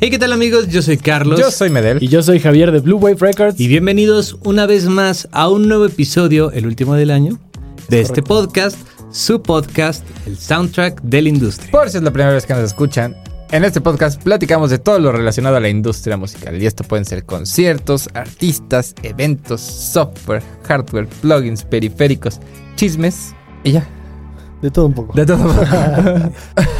Hey, ¿qué tal amigos? Yo soy Carlos. Yo soy Medel. Y yo soy Javier de Blue Wave Records. Y bienvenidos una vez más a un nuevo episodio, el último del año, de este podcast, su podcast, el soundtrack de la industria. Por si es la primera vez que nos escuchan, en este podcast platicamos de todo lo relacionado a la industria musical. Y esto pueden ser conciertos, artistas, eventos, software, hardware, plugins, periféricos, chismes y ya. De todo un poco. De todo.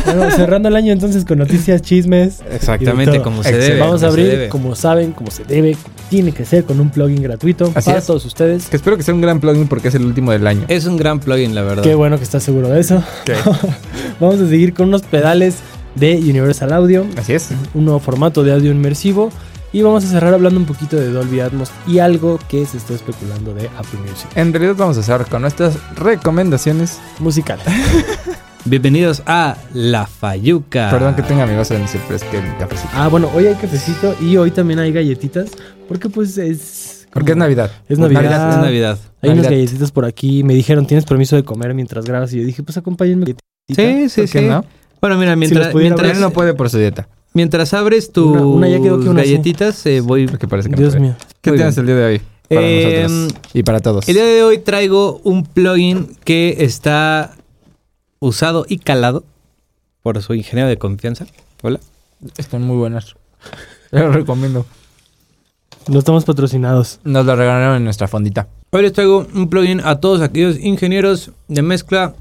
Bueno, cerrando el año entonces con noticias, chismes. Exactamente, como se Excelente. debe. Vamos a como se abrir, debe. como saben, como se debe, como tiene que ser, con un plugin gratuito Así para es. todos ustedes. que espero que sea un gran plugin porque es el último del año. Es un gran plugin, la verdad. Qué bueno que estás seguro de eso. Vamos a seguir con unos pedales de Universal Audio, Así es. un nuevo formato de audio inmersivo. Y vamos a cerrar hablando un poquito de Dolby Atmos y algo que se está especulando de Apple Music. En realidad vamos a cerrar con nuestras recomendaciones. Musical. Bienvenidos a La Fayuca. Perdón que tenga mi vaso de misil, pero es que el cafecito. Ah, bueno, hoy hay cafecito y hoy también hay galletitas. Porque pues es... Porque es como- Navidad. Es Navidad. Navidad, es Navidad. Hay Navidad. unas galletitas por aquí. Me dijeron, ¿tienes permiso de comer mientras grabas? Y yo dije, pues acompáñenme. galletita". Sí, sí, ¿Por qué sí. no? Bueno, mira, mientras, las pudiera mientras, Él no puede por su dieta. mientras abres tus Una- una ya quedó que una sí. galletitas, eh, voy... Porque parece que no Dios puede. mío. ¿Qué Muy tienes el día de hoy? Para Eh, nosotros y para todos. El día de hoy traigo un plugin que está usado y calado por su ingeniero de confianza. Hola. Están muy buenas. Lo recomiendo. No estamos patrocinados. Nos lo regalaron en nuestra fondita. Hoy les traigo un plugin a todos aquellos ingenieros de mezcla,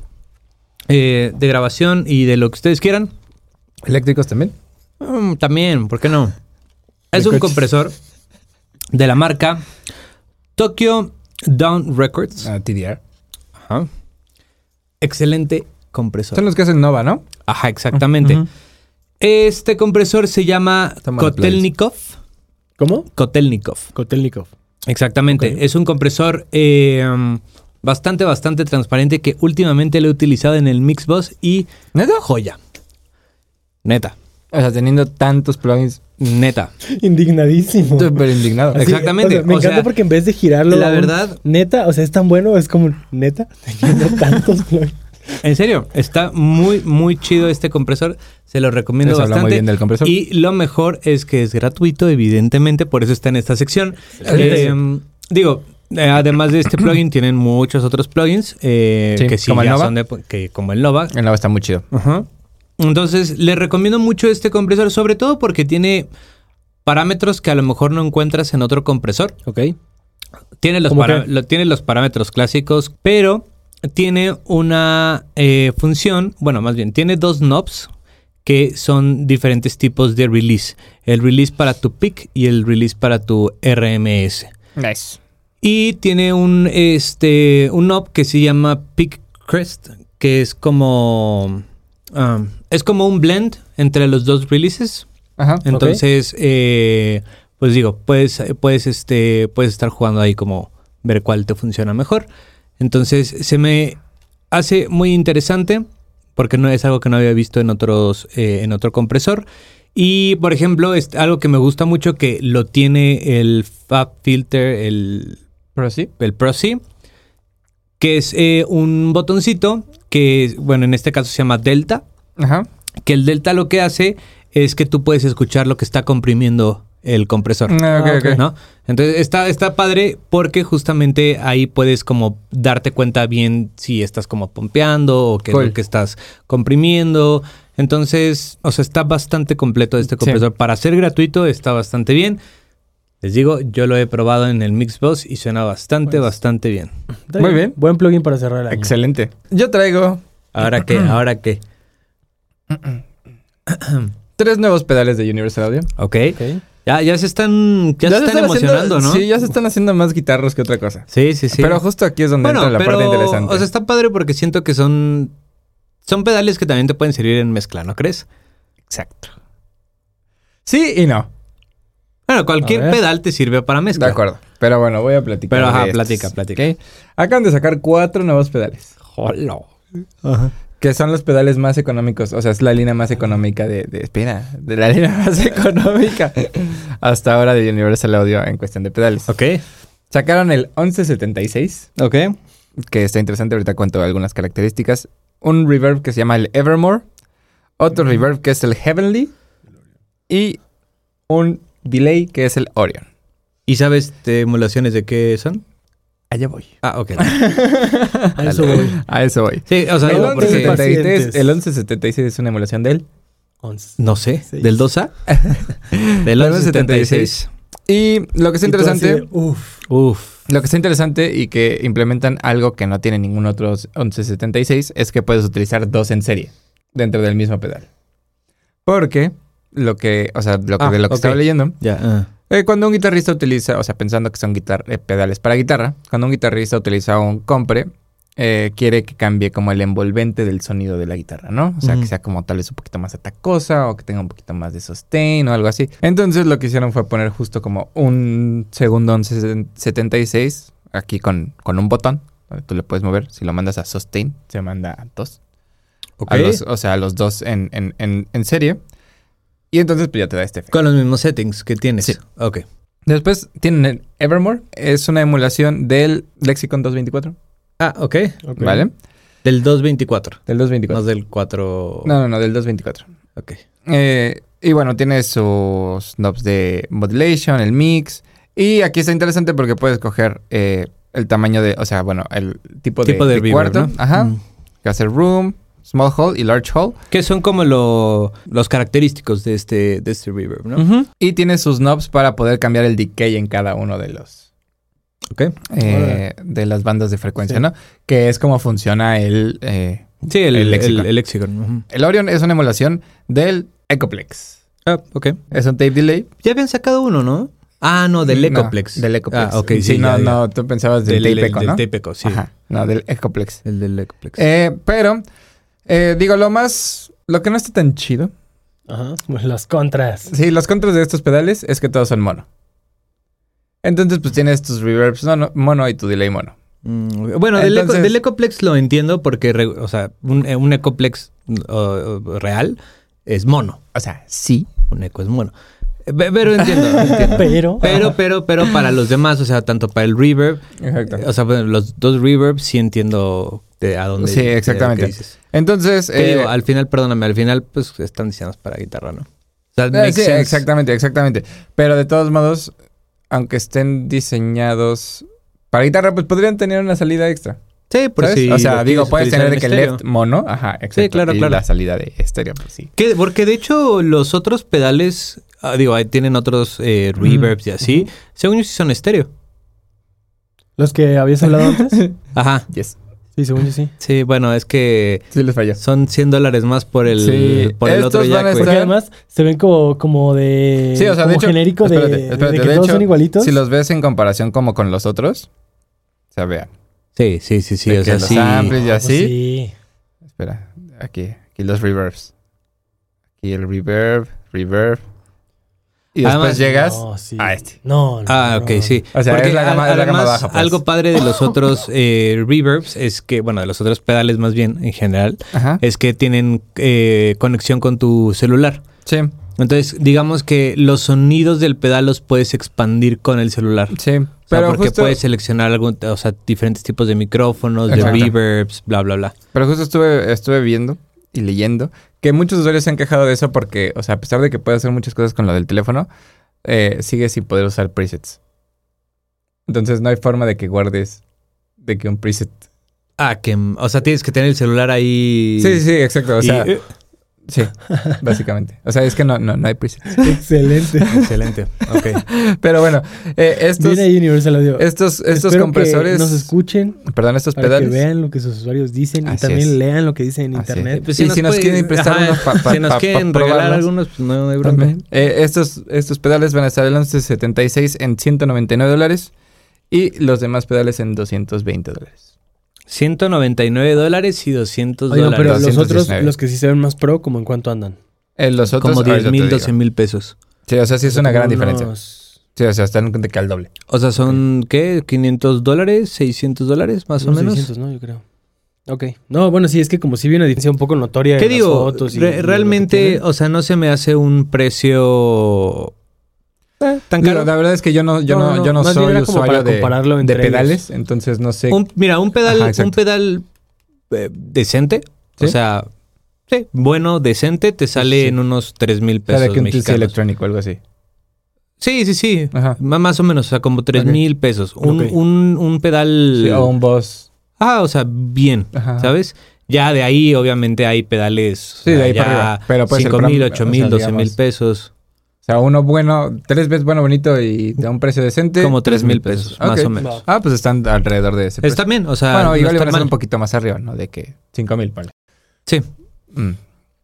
eh, de grabación y de lo que ustedes quieran. ¿Eléctricos también? Mm, también, ¿por qué no? Es De un coches. compresor de la marca Tokyo Down Records. Ah, TDR. Ajá. Excelente compresor. Son los que hacen Nova, ¿no? Ajá, exactamente. Ujú. Este compresor se llama Está mal Kotelnikov. ¿Cómo? Kotelnikov. Kotelnikov. Exactamente. Ok. Es un compresor eh, um, bastante, bastante transparente que últimamente lo he utilizado en el Mixbox y ¿Neta? joya. Neta. O sea, teniendo tantos plugins, Neta. Indignadísimo. súper indignado. Así, Exactamente, o sea, me o encanta sea, porque en vez de girarlo. la aún, verdad- Neta, o sea, es tan bueno, es como. Neta, teniendo tantos. plugins. En serio, está muy, muy chido este compresor. Se lo recomiendo Eso habla bastante. muy bien del compresor. Y lo mejor es que es gratuito, evidentemente, por eso está en esta sección. Excelente. Eh, digo, eh, además de este plugin, tienen muchos otros plugins eh, Sí, que sí como el ya Nova. son de- que, como el Nova, El Nova está muy chido. Ajá. Entonces, les recomiendo mucho este compresor, sobre todo porque tiene parámetros que a lo mejor no encuentras en otro compresor. ok. Tiene los, ¿Cómo para- qué? lo- tiene los parámetros clásicos, pero tiene una eh, función, bueno, más bien, tiene dos knobs que son diferentes tipos de release. El release para tu pick y el release para tu RMS. Nice. Y tiene un, este, un knob que se llama Pick Crest, que es como... um, es como un blend entre los dos releases. Ajá. Entonces, eh, pues digo, puedes, puedes, este, puedes estar jugando ahí como ver cuál te funciona mejor. Entonces, se me hace muy interesante porque no es algo que no había visto en otros eh, en otro compresor. Y, por ejemplo, es algo que me gusta mucho que lo tiene el Fab Filter, el Pero sí. el Pro C, que es eh, un botoncito que, bueno, en este caso se llama Delta, Ajá. que el Delta lo que hace es que tú puedes escuchar lo que está comprimiendo el compresor. Ah, ok, Ah, ok. ok. ¿No? Entonces está, está padre porque justamente ahí puedes como darte cuenta bien si estás como pompeando o qué es Cool. lo que estás comprimiendo. Entonces, o sea, está bastante completo este compresor. Para ser gratuito está bastante bien. Les digo, yo lo he probado en el Mixbox y suena Pues. bastante, bastante bien. Está Muy bien. Buen plugin para cerrar el año. Excelente. Yo traigo Ahora qué, ahora qué. tres nuevos pedales de Universal Audio. Ok. Ok. Ya, ya se están, ya, se están, haciendo- emocionando, ¿no? Sí, ya se están haciendo más guitarros que otra cosa. sí, sí, sí. Pero justo aquí es donde Bueno, entra la pero, parte interesante. O sea, está padre porque siento que son. Son pedales que también te pueden servir en mezcla, ¿no crees? Exacto. Sí y no. Bueno, cualquier A ver. pedal te sirve para mezcla. De acuerdo. Pero bueno, voy a platicar. Pero de ajá, estos, platica, platica. ¿ok? Acaban de sacar cuatro nuevos pedales. Jolo. Que son los pedales más económicos. O sea, es la línea más económica de. de espera, de la línea más económica hasta ahora de Universal Audio en cuestión de pedales. Ok, Sacaron el 1176, ok. que está interesante. Ahorita cuento algunas características. Un reverb que se llama el Evermore. Otro reverb que es el Heavenly. Y un delay que es el Orion. ¿Y sabes de emulaciones de qué son? Allá voy. Ah, ok. A eso Dale. voy. A eso voy. Sí, o sea, El digo, Adelante, porque- 1176, pacientes. el 1176 es una emulación de él. Once. No sé, Sí. ¿del 2A? Del 1176. Y lo que es Y tú así interesante, de, Uf. Uf. lo que está interesante y que implementan algo que no tiene ningún otro 1176 es que puedes utilizar dos en serie dentro del mismo pedal. Porque lo que, o sea, lo que, Ah, de lo que ok. estaba leyendo Ya. ah. Eh, cuando un guitarrista utiliza, o sea, pensando que son guitar- eh, pedales para guitarra, cuando un guitarrista utiliza un compre, eh, quiere que cambie como el envolvente del sonido de la guitarra, ¿no? O sea, Ujú. que sea como tal vez un poquito más atacosa o que tenga un poquito más de sustain o algo así. Entonces lo que hicieron fue poner justo como un segundo 1176 aquí con, con un botón. donde Tú le puedes mover. Si lo mandas a sustain, se manda a dos. Ok. A los- o sea, a los dos en, en, en, en serie. Y entonces pues ya te da este efecto. Con los mismos settings que tienes. Sí. Ok. Después tienen el Evermore, es una emulación del Lexicon 224, Ah, ok. ok. ¿vale? Del 224. Del No 224. del 4. No, no, no, del 224. Ok. Eh, y bueno, tiene sus knobs de modulation, el mix. Y aquí está interesante porque puedes coger eh, el tamaño de, o sea, bueno, el tipo de, Tipo de, de vibra, cuarto. ¿no? Ajá. Mm. Que hace room, small hall y large hall. Que son como lo- los característicos de este, de este reverb, ¿no? Ujú. Y tiene sus knobs para poder cambiar el decay en cada uno de los. Ok. eh, de las bandas de frecuencia, Sí. ¿no? Que es como funciona el. eh, Sí, el, El el, Lexicon. el Lexicon, ujú. El Orion es una emulación del Ecoplex. Ah, ok. Es un tape delay. Ya habían sacado uno, ¿no? Ah, no, del No, Ecoplex. del Ecoplex. Ah, ok. Sí, Sí, no, ya, ya. no, tú pensabas del, Del, tape del, eco, ¿no? Tapeco, sí. Ajá, no, del Ecoplex. El del Ecoplex. Eh, pero, eh, digo, lo más... Lo que no está tan chido. Ajá. Los contras. Sí, los contras de estos pedales es que todos son mono. Entonces, pues tienes tus reverbs mono, mono y tu delay mono. Mm, bueno, del, Entonces- eco, del Ecoplex lo entiendo porque, re- o sea, un, eh, un Ecoplex mm, o- o real es mono. O sea, sí. Un eco es mono. Eh, pe- Pero entiendo, entiendo. Pero. Pero, pero, pero para los demás, o sea, tanto para el reverb, Exacto. o sea, bueno, los dos reverbs sí entiendo de a dónde. Sí, de lo que exactamente. dices. Entonces, Que eh, digo, al final, perdóname, al final, pues están diseñados para guitarra, ¿no? O sea, Eh, makes sí, sense. exactamente, exactamente. Pero de todos modos, aunque estén diseñados para guitarra, pues podrían tener una salida extra. Sí, por ¿sabes? si o lo sea, digo, quieres puedes utilizar tener en de que estéreo. left mono, ajá, exacto. claro, y claro. la salida de estéreo, pues sí. Que- porque de hecho, los otros pedales, ah, digo, ahí tienen otros eh, reverbs y así. Según yo, sí son estéreo. Los que habías hablado antes. Ajá. Yes. Sí, según yo sí. Sí, bueno, es que Sí les Eh, falló. son 100 dólares más por el, Sí, por el otro estos van a jack, güey. Porque Está- además se ven como, como de. Sí, o sea, de como hecho- genérico de, espérate, espérate, de que de todos hecho, son igualitos. Si los ves en comparación como con los otros, o sea, vean. Sí, sí, sí, sí. De O que sea, los sí. amplis y Ah, pues así. sí. Espera, aquí, aquí los reverbs. Aquí el reverb, reverb. Y después Además- llegas No, sí. a este. No, no, Ah, no. ok, sí. O sea, es la gama- es la gama baja, pues. algo padre de los otros eh, reverbs es que, bueno, de los otros pedales más bien en general, Ajá. es que tienen eh, conexión con tu celular. Sí, Entonces, digamos que los sonidos del pedal los puedes expandir con el celular. sí. O sea, Pero porque justo- puedes seleccionar algún, o sea, diferentes tipos de micrófonos, de Exacto. reverbs, bla, bla, bla. Pero justo estuve, estuve viendo y leyendo que muchos usuarios se han quejado de eso porque, o sea, a pesar de que puedes hacer muchas cosas con lo del teléfono, eh, sigue sin poder usar presets. Entonces no hay forma de que guardes, de que un preset... Ah, que, mm, o sea, tienes que tener el celular ahí. Sí, sí, sí, exacto. O Y- sea, eh, sí, básicamente. O sea, es que no, no, no hay presets. Excelente. Excelente. Ok. Pero bueno, eh, estos, Viene ahí Universal Audio. estos, estos Espero que compresores... nos escuchen Perdón, estos para que pedales... vean lo que sus usuarios dicen y Así también es. lean lo que dicen en Así es. internet. Y si nos quieren prestar unos pa- pa- Si nos pa- pa- quieren regalar probarlos. algunos, pues no hay bronca. También. Eh, estos, estos pedales van a estar el 1176 en 199 dólares y los demás pedales en 220 dólares. 199 dólares y 200 Oigan, pero dólares. los otros, 219. los que sí se ven más pro, ¿como en cuánto andan? Eh, los otros, Como ahorita 10 mil, te digo. 12 mil pesos. Sí, o sea, sí es una Como gran diferencia. unos- Sí, o sea, están de que al doble. O sea, son, ¿qué? ¿500 dólares? ¿600 dólares más o unos menos? 600, ¿no? Yo creo. Ok. No, bueno, sí, es que como sí vi una diferencia un poco notoria. ¿Qué en las digo? fotos y- Re- y lo que realmente, tienen. o sea, no se me hace un precio eh, tan Digo, caro. la verdad es que yo no, yo No, no, no, yo no más bien soy era como usuario para de, compararlo de entre pedales, entonces no sé. Un- mira, un pedal, Ajá, exacto. un pedal eh, decente, ¿Sí? o sea, sí, bueno, decente, te sale Sí. en unos 3 mil o sea, pesos de que un TLC mexicanos. electrónico o algo así. Sí, sí, sí. Ajá. Má- Más o menos, o sea, como 3 Ok. mil pesos. Un, Ok. un, un pedal... Sí, o un boss. Ah, o sea, bien, Ajá. ¿sabes? Ya de ahí, obviamente, hay pedales. Sí, de ahí para arriba. Pero puede ser 5 mil, prom- 8 o mil, sea, 12 mil digamos, pesos. O sea, uno bueno, tres veces bueno, bonito y a un precio decente. Como 3 3,000 mil pesos, más Ok. o menos. Ah, pues están alrededor de ese. precio. Está bien, o sea, bueno, no igual está iban a ser mal. un poquito más arriba, ¿no? De que 5 mil, vale. Sí, Mm.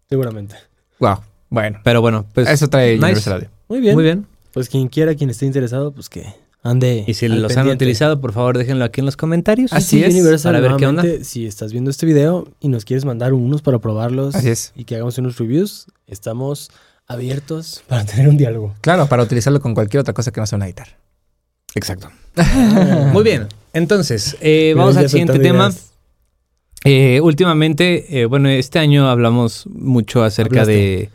Seguramente. Wow. Bueno, pero bueno, pues eso trae nice. Universal Audio. Muy bien. muy bien. Pues quien quiera, quien esté interesado, pues que ande. Y si al los han pendiente. utilizado, por favor, déjenlo aquí en los comentarios. Así Sí, es, Universal, para ver qué onda. nuevamente, Si estás viendo este video y nos quieres mandar unos para probarlos Así es. y que hagamos unos reviews, estamos abiertos para tener un diálogo. Claro, para utilizarlo con cualquier otra cosa que no sea una guitarra. Exacto. Ah. Muy bien, entonces, eh, Mira, vamos ya al siguiente soltando tema. ideas. Eh, últimamente, eh, bueno, este año hablamos mucho acerca Hablaste. de...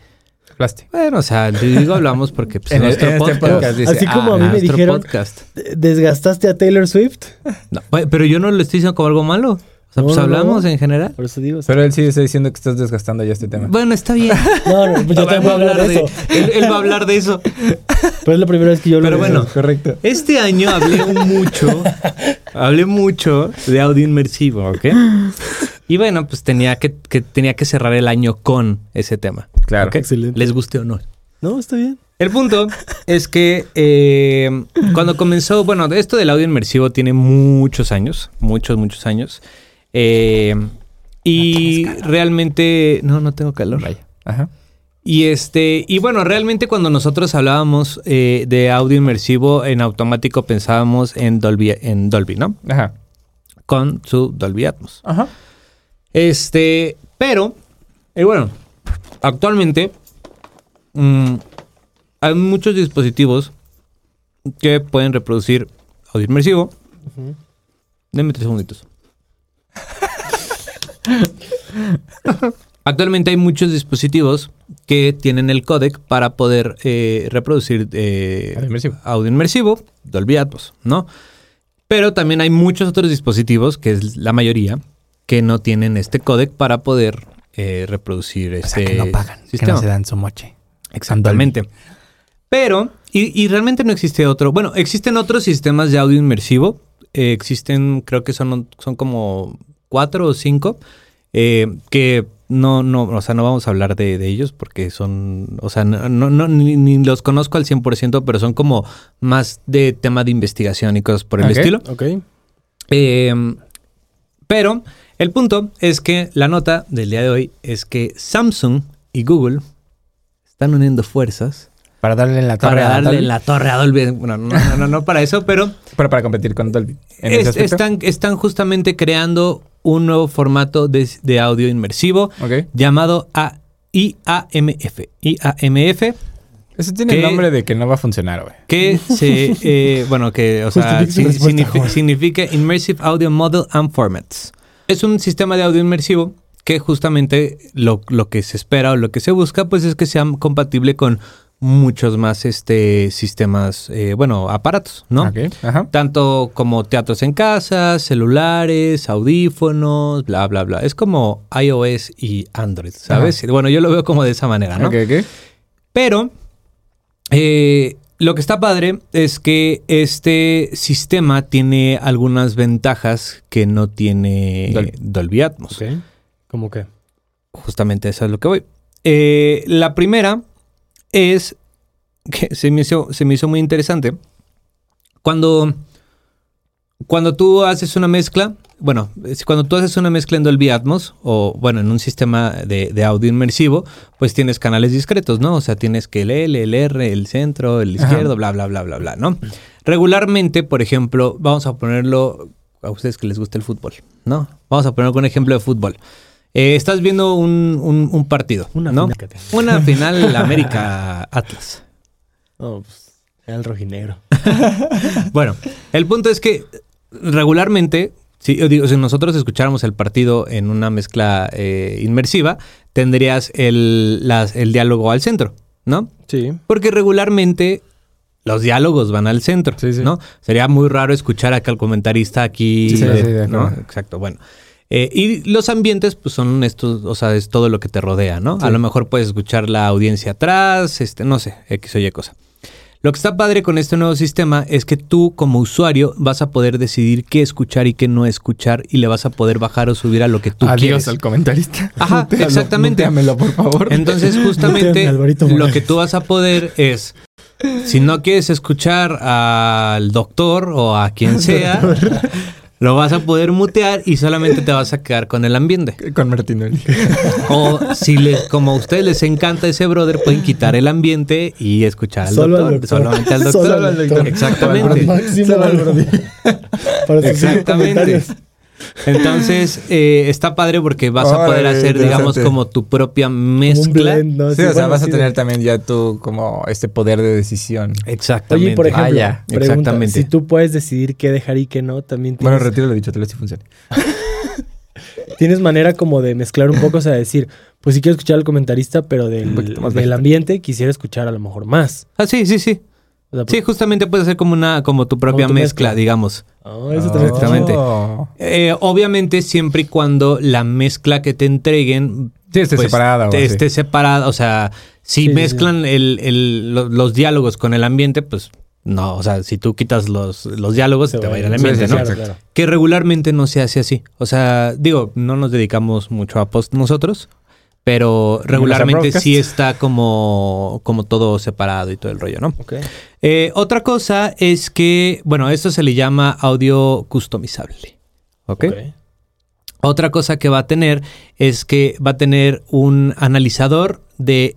Plástico. Bueno, o sea, digo hablamos porque pues, En el- nuestro en este podcast. podcast dice, Así como ah, a mí me nuestro dijeron, podcast. "D- ¿desgastaste a Taylor Swift? No, oye, pero yo no lo estoy diciendo como algo malo. O sea, No, pues no, hablamos no. en general. Por eso digo. o sea, Pero él sí está diciendo que estás desgastando ya este tema. Bueno, está bien. No, no, yo también voy a hablar de eso. Él, él va a hablar de eso. Pero es la primera vez que yo lo Pero bueno. Correcto. Este año hablé mucho, hablé mucho de audio inmersivo, ¿ok? Y bueno, pues tenía que, que- tenía que cerrar el año con ese tema. Claro. ¿ok? Excelente. Les guste o no. No, está bien. El punto es que eh, cuando comenzó, bueno, esto del audio inmersivo tiene muchos años, muchos, muchos años. Eh, y realmente, no, no tengo calor. Vaya. Ajá. Y este, y bueno, realmente cuando nosotros hablábamos eh, de audio inmersivo en automático pensábamos en Dolby, en Dolby, ¿no? Ajá. Con su Dolby Atmos. Ajá. Este, pero, eh, bueno, actualmente mm, hay muchos dispositivos que pueden reproducir audio inmersivo. Denme tres segunditos. Actualmente hay muchos dispositivos que tienen el codec para poder eh, reproducir eh, Audio inmersivo. audio inmersivo, Dolby Atmos, ¿no? Pero también hay muchos otros dispositivos, que es la mayoría, que no tienen este codec para poder eh, reproducir O este sea, que no pagan. Que sistema. no se dan su moche. Exactamente. Pero, y, y realmente no existe otro. Bueno, existen otros sistemas de audio inmersivo. Eh, existen, creo que son, son como cuatro o cinco. eh, que no, no, o sea, no vamos a hablar de, de ellos porque son, o sea, no, no, no, ni, ni los conozco al 100%, pero son como más de tema de investigación y cosas por el Ok. estilo. Ok. Eh, pero el punto es que la nota del día de hoy es que Samsung y Google están uniendo fuerzas Para darle en la torre. para a darle Dolby. la torre a Dolby. Bueno, no, no, no, no para eso, pero Pero para competir con Dolby. En es- ese aspecto. están, están justamente creando un nuevo formato de, de audio inmersivo Ok. llamado a IAMF. IAMF Eso tiene ¿Qué? el nombre de que no va a funcionar, güey. que se, eh, bueno, que, o sea, Justifique su si- respuesta, signifi- joven. significa Immersive Audio Model and Formats. Es un sistema de audio inmersivo que justamente lo, lo que se espera o lo que se busca, pues es que sea compatible con muchos más este, sistemas, eh, bueno, aparatos, ¿no? Ok. Ajá. Tanto como teatros en casa, celulares, audífonos, bla, bla, bla. Es como iOS y Android, ¿sabes? Bueno, yo lo veo como de esa manera, Ah, ¿no? Ok, ok. Pero eh, lo que está padre es que este sistema tiene algunas ventajas que no tiene Dol- Dolby Atmos. Ok. ¿Cómo que? Justamente eso es lo que voy. Eh, la primera es que se me hizo, se me hizo muy interesante. Cuando, cuando tú haces una mezcla, bueno, es cuando tú haces una mezcla en Dolby Atmos o, bueno, en un sistema de, de audio inmersivo, pues tienes canales discretos, ¿no? O sea, tienes que el L, el R, el centro, el Ajá. izquierdo, bla, bla, bla, bla, bla, ¿no? Regularmente, por ejemplo, vamos a ponerlo a ustedes que les gusta el fútbol, ¿no? Vamos a poner un ejemplo de fútbol. Eh, estás viendo un, un- un partido, Una ¿no? final, Katia. Una final América-Atlas. No, pues era el rojinegro. Bueno, el punto es que regularmente, si, yo digo, si nosotros escucháramos el partido en una mezcla eh, inmersiva, tendrías el, las- el diálogo al centro, ¿no? Sí. Porque regularmente los diálogos van al centro, Sí, sí. ¿no? Sería muy raro escuchar acá al comentarista aquí, Sí, sí, de- sí, de ¿no? acuerdo. Exacto, bueno. Eh, y los ambientes, pues son estos, o sea, es todo lo que te rodea, ¿no? A lo mejor puedes escuchar la audiencia atrás, este, no sé, X o Y cosa. Lo que está padre con este nuevo sistema es que tú como usuario vas a poder decidir qué escuchar y qué no escuchar y le vas a poder bajar o subir a lo que tú Adiós quieres. al comentarista. Ajá, Mutealo, exactamente. muteamelo, por favor. Entonces Muteame, justamente Alvarito lo Morales. que tú vas a poder es, si no quieres escuchar al doctor o a quien sea, lo vas a poder mutear y solamente te vas a quedar con el ambiente. Con Martinoli. O si les, como a ustedes les encanta ese brother, pueden quitar el ambiente y escuchar al Solo al doctor, doctor. Solamente al doctor. Solo al doctor. Exactamente. Máximo Valverde. Para sus Exactamente. comentarios. Entonces, eh, está padre porque vas a poder Órale, hacer, digamos, interesante. como tu propia Como un mezcla. blend, ¿no? Sí, Así, o sea, bueno, vas a sí, tener de- también ya tú como este poder de decisión. Exactamente. Oye, por ejemplo, Vaya, pregunta, exactamente. si tú puedes decidir qué dejar y qué no, también Bueno, tienes, retiro lo dicho, tal vez sí funcione. tienes manera como de mezclar un poco, o sea, decir, pues sí quiero escuchar al comentarista, pero Un del, poquito más del bajito. ambiente quisiera escuchar a lo mejor más. Ah, sí, sí, sí. O sea, Sí, pues- justamente puede ser como una, como tu propia tu mezcla, mezcla. digamos. Ah, eso también está Exactamente. chido. Oh. Eh, obviamente, siempre y cuando la mezcla que te entreguen Sí, esté pues, separada. o te- así. esté separada. O sea, si Sí, sí, mezclan El, el- lo- los diálogos con el ambiente, pues no. O sea, si tú quitas los, los diálogos, te, va a ir al Sí, sí, ambiente, sí, ¿no? exacto. Que regularmente no se hace así. O sea, digo, no nos dedicamos mucho a post nosotros, pero regularmente broadcast. sí está como, como todo separado y todo el rollo, ¿no? Ok. Eh, otra cosa es que, bueno, esto se le llama audio customizable. ¿Ok? Ok. Otra cosa que va a tener es que va a tener un analizador de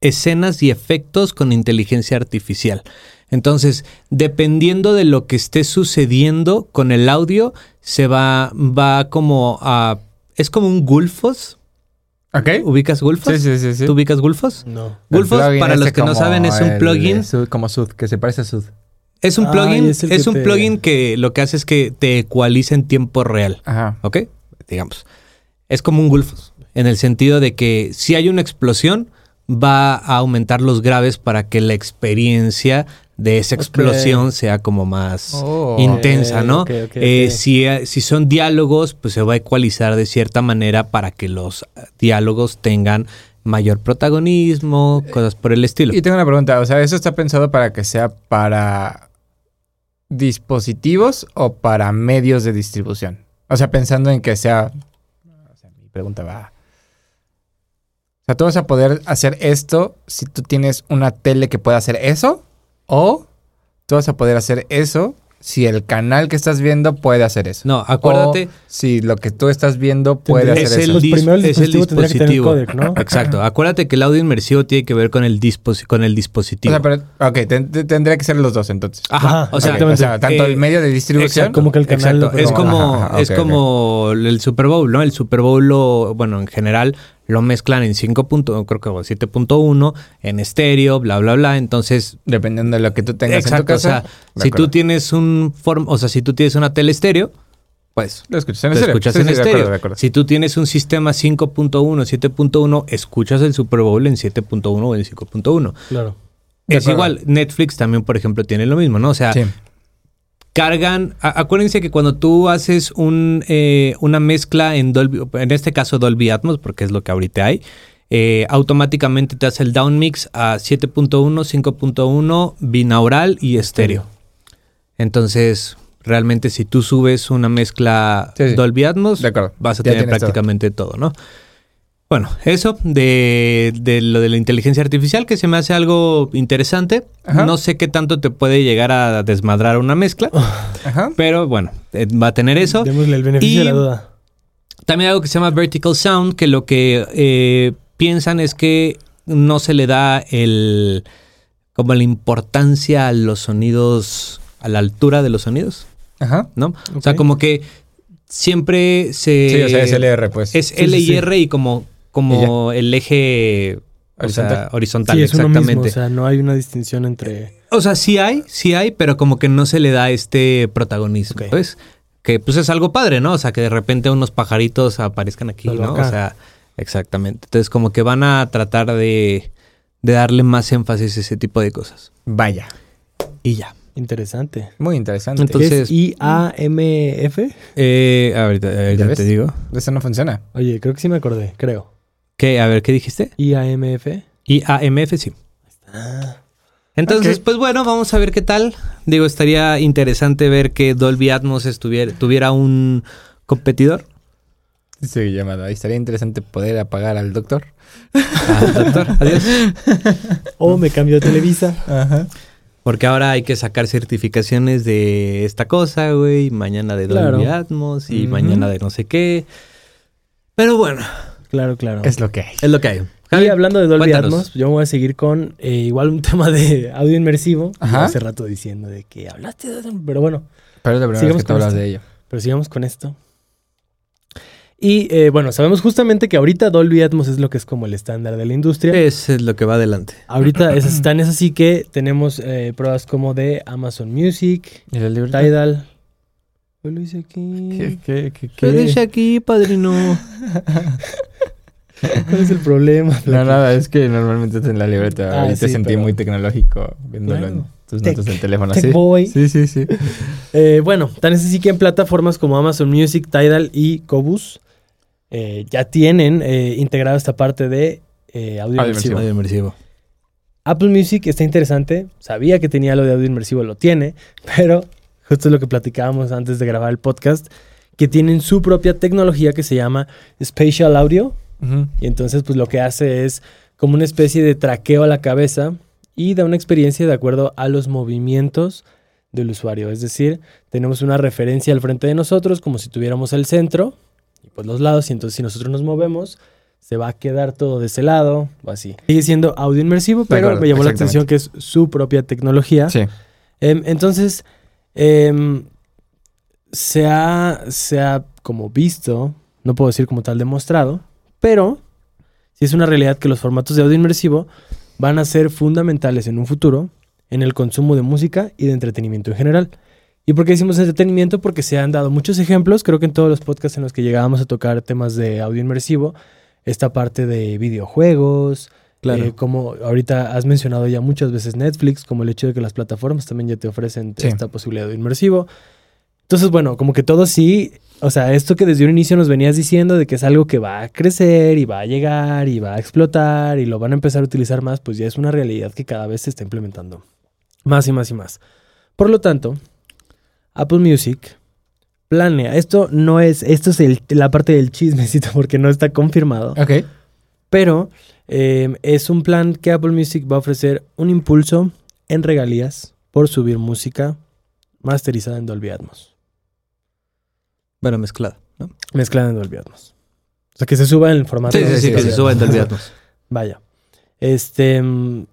escenas y efectos con inteligencia artificial. Entonces, dependiendo de lo que esté sucediendo con el audio, se va, va como a... Es como un Gulfos. ¿Ok? ¿Ubicas Gulfos? Sí, sí, sí. sí. ¿Tú ubicas Gulfos? No. El Gulfos, plugin para los este que no como saben, es un el- plugin. Sud, como Sud, que se parece a Sud. Es un Ah, plugin, y es, es el que un te- plugin que lo que hace es que te ecualiza en tiempo real, Ajá. ¿ok? Digamos. Es como un Gulfos, en el sentido de que si hay una explosión, va a aumentar los graves para que la experiencia de esa Ok. explosión sea como más Oh. intensa, ¿no? Ok, ok, Eh, ok. Si, eh, si son diálogos, pues se va a ecualizar de cierta manera para que los eh, diálogos tengan mayor protagonismo, Eh, cosas por el estilo. Y tengo una pregunta, o sea, ¿eso está pensado para que sea para dispositivos o para medios de distribución? O sea, pensando en que sea... O sea, mi pregunta va... O sea, ¿tú vas a poder hacer esto si tú tienes una tele que pueda hacer eso? ¿O tú vas a poder hacer eso si el canal que estás viendo puede hacer eso? No, acuérdate... O si lo que tú estás viendo puede Tendría- Es hacer el, eso. Pues primero el dis- es el dispositivo tendría que tener dispositivo. codec, ¿no? Exacto. Acuérdate que el audio inmersivo tiene que ver con el, disposi- con el dispositivo. O sea, pero... Ok, ten- ten- tendría que ser los dos entonces. Ajá. Ajá, O sea, Ok, o sea, tanto eh, el medio de distribución exacto, como que el canal exacto. lo- es como, Ajá, ajá, es ok, como el Super Bowl, ¿no? El Super Bowl, lo- bueno, en general lo mezclan en 5. punto- creo que bueno, 7.1, en estéreo, bla, bla, bla. Entonces, Dependiendo de lo que tú tengas en tu exacto. O casa. sea, De si tú acuerdo. tienes un form, o sea, si tú tienes una tele estéreo, pues Lo escuchas en Lo estéreo. escuchas Sí, en sí, de estéreo. acuerdo, de acuerdo. Si tú tienes un sistema 5.1, 7.1, escuchas el Super Bowl en 7.1 o en 5.1. Claro. De Es acuerdo. igual, Netflix también, por ejemplo, tiene lo mismo, ¿no? O sea, Sí. cargan, a- acuérdense que cuando tú haces un, eh, una mezcla en Dolby, en este caso Dolby Atmos, porque es lo que ahorita hay, eh, automáticamente te hace el downmix a 7.1, 5.1, binaural y estéreo. Entonces, realmente si tú subes una mezcla Sí, sí. Dolby Atmos, De acuerdo. vas a Ya tener tienes todo. prácticamente todo. ¿no? Bueno, eso de, de lo de la inteligencia artificial que se me hace algo interesante. Ajá. No sé qué tanto te puede llegar a desmadrar una mezcla, Ajá. pero bueno, eh, va a tener eso. Démosle el beneficio Y- de la duda. También algo que se llama vertical sound, que lo que eh, piensan es que no se le da el como la importancia a los sonidos, a la altura de los sonidos, Ajá. ¿no? O sea, Ok. como que siempre se Sí, o sea, es LR, pues. Eh, es Sí, L sí, y sí. R y como, como el eje o sea, Horizontal. horizontal, Sí, es uno exactamente. mismo, o sea, no hay una distinción entre... O sea, sí hay, sí hay, pero como que no se le da este protagonismo, Ok. ¿sabes? Que pues es algo padre, ¿no? O sea, que de repente unos pajaritos aparezcan aquí, Solo ¿no? acá. O sea, exactamente. Entonces, como que van a tratar de, de darle más énfasis a ese tipo de cosas. Vaya. Y ya. Interesante. Muy interesante. Entonces- ¿Qué es IAMF? Eh, ahorita ahorita ¿Ya ves? te digo. Eso no funciona. Oye, creo que sí me acordé, creo. ¿Qué? A ver, ¿qué dijiste? IAMF. IAMF, sí. Entonces, Ok. pues bueno, vamos a ver qué tal. Digo, estaría interesante ver que Dolby Atmos estuviera, tuviera un competidor. Dice llamado. Ahí estaría interesante poder apagar al doctor. Ah, doctor, adiós. O me cambio a Televisa. Ajá. Porque ahora hay que sacar certificaciones de esta cosa, güey. y Mañana de Dolby Claro. Atmos y Ujú. mañana de no sé qué. Pero bueno, Claro, claro. Es lo que hay. es lo que hay. y Javi, hablando de Dolby cuéntanos. Atmos, yo voy a seguir con eh, igual un tema de audio inmersivo. Ajá. Hace rato diciendo de que hablaste de... Pero bueno, Pero es la primera vez Sigamos que te con hablas esto. de ello. Pero sigamos con esto. Y eh, bueno, sabemos justamente que ahorita Dolby Atmos es lo que es como el estándar de la industria. Eso es lo que va adelante. Ahorita es, están es así que tenemos eh, pruebas como de Amazon Music, ¿Y la libertad? Tidal. ¿Qué lo hice aquí? qué, ¿Qué aquí, padrino? ¿Cuál es el problema? No, nada, es que normalmente es en la libreta. Ah, Ahorita sí, sentí pero- muy tecnológico viéndolo en Claro. tus Tech- notas del teléfono. Tech sí. boy. sí, sí, sí. Eh, bueno, tan es así que en plataformas como Amazon Music, Tidal y Cobus eh, ya tienen eh, integrado esta parte de eh, audio Audio inmersivo. inmersivo. Audio inmersivo. Apple Music está interesante. Sabía que tenía lo de audio inmersivo, lo tiene, pero justo es lo que platicábamos antes de grabar el podcast, que tienen su propia tecnología que se llama Spatial Audio. Y entonces, pues lo que hace es como una especie de traqueo a la cabeza y da una experiencia de acuerdo a los movimientos del usuario. Es decir, tenemos una referencia al frente de nosotros, como si tuviéramos el centro y pues los lados. Y entonces, si nosotros nos movemos, se va a quedar todo de ese lado o así. Sigue siendo audio inmersivo, pero acuerdo, me llamó la exactamente. atención que es su propia tecnología. Sí. Em, entonces, em, se, ha, se ha como visto, no puedo decir como tal demostrado, pero sí es una realidad que los formatos de audio inmersivo van a ser fundamentales en un futuro en el consumo de música y de entretenimiento en general. ¿Y por qué decimos entretenimiento? Porque se han dado muchos ejemplos, creo que en todos los podcasts en los que llegábamos a tocar temas de audio inmersivo, esta parte de videojuegos, Claro. eh, como ahorita has mencionado ya muchas veces Netflix, como el hecho de que las plataformas también ya te ofrecen Sí. esta posibilidad de inmersivo. Entonces, bueno, como que todo sí, o sea, esto que desde un inicio nos venías diciendo de que es algo que va a crecer y va a llegar y va a explotar y lo van a empezar a utilizar más, pues ya es una realidad que cada vez se está implementando más y más y más. Por lo tanto, Apple Music planea, esto no es, esto es el- la parte del chismecito porque no está confirmado. Ok. Pero eh, es un plan que Apple Music va a ofrecer un impulso en regalías por subir música masterizada en Dolby Atmos. Bueno, mezclado. ¿no? Mezclada en Dolby Atmos. O sea, que se suba en el formato. Sí, sí, sí, que se suba en Dolby Atmos. Vaya. Este. mm,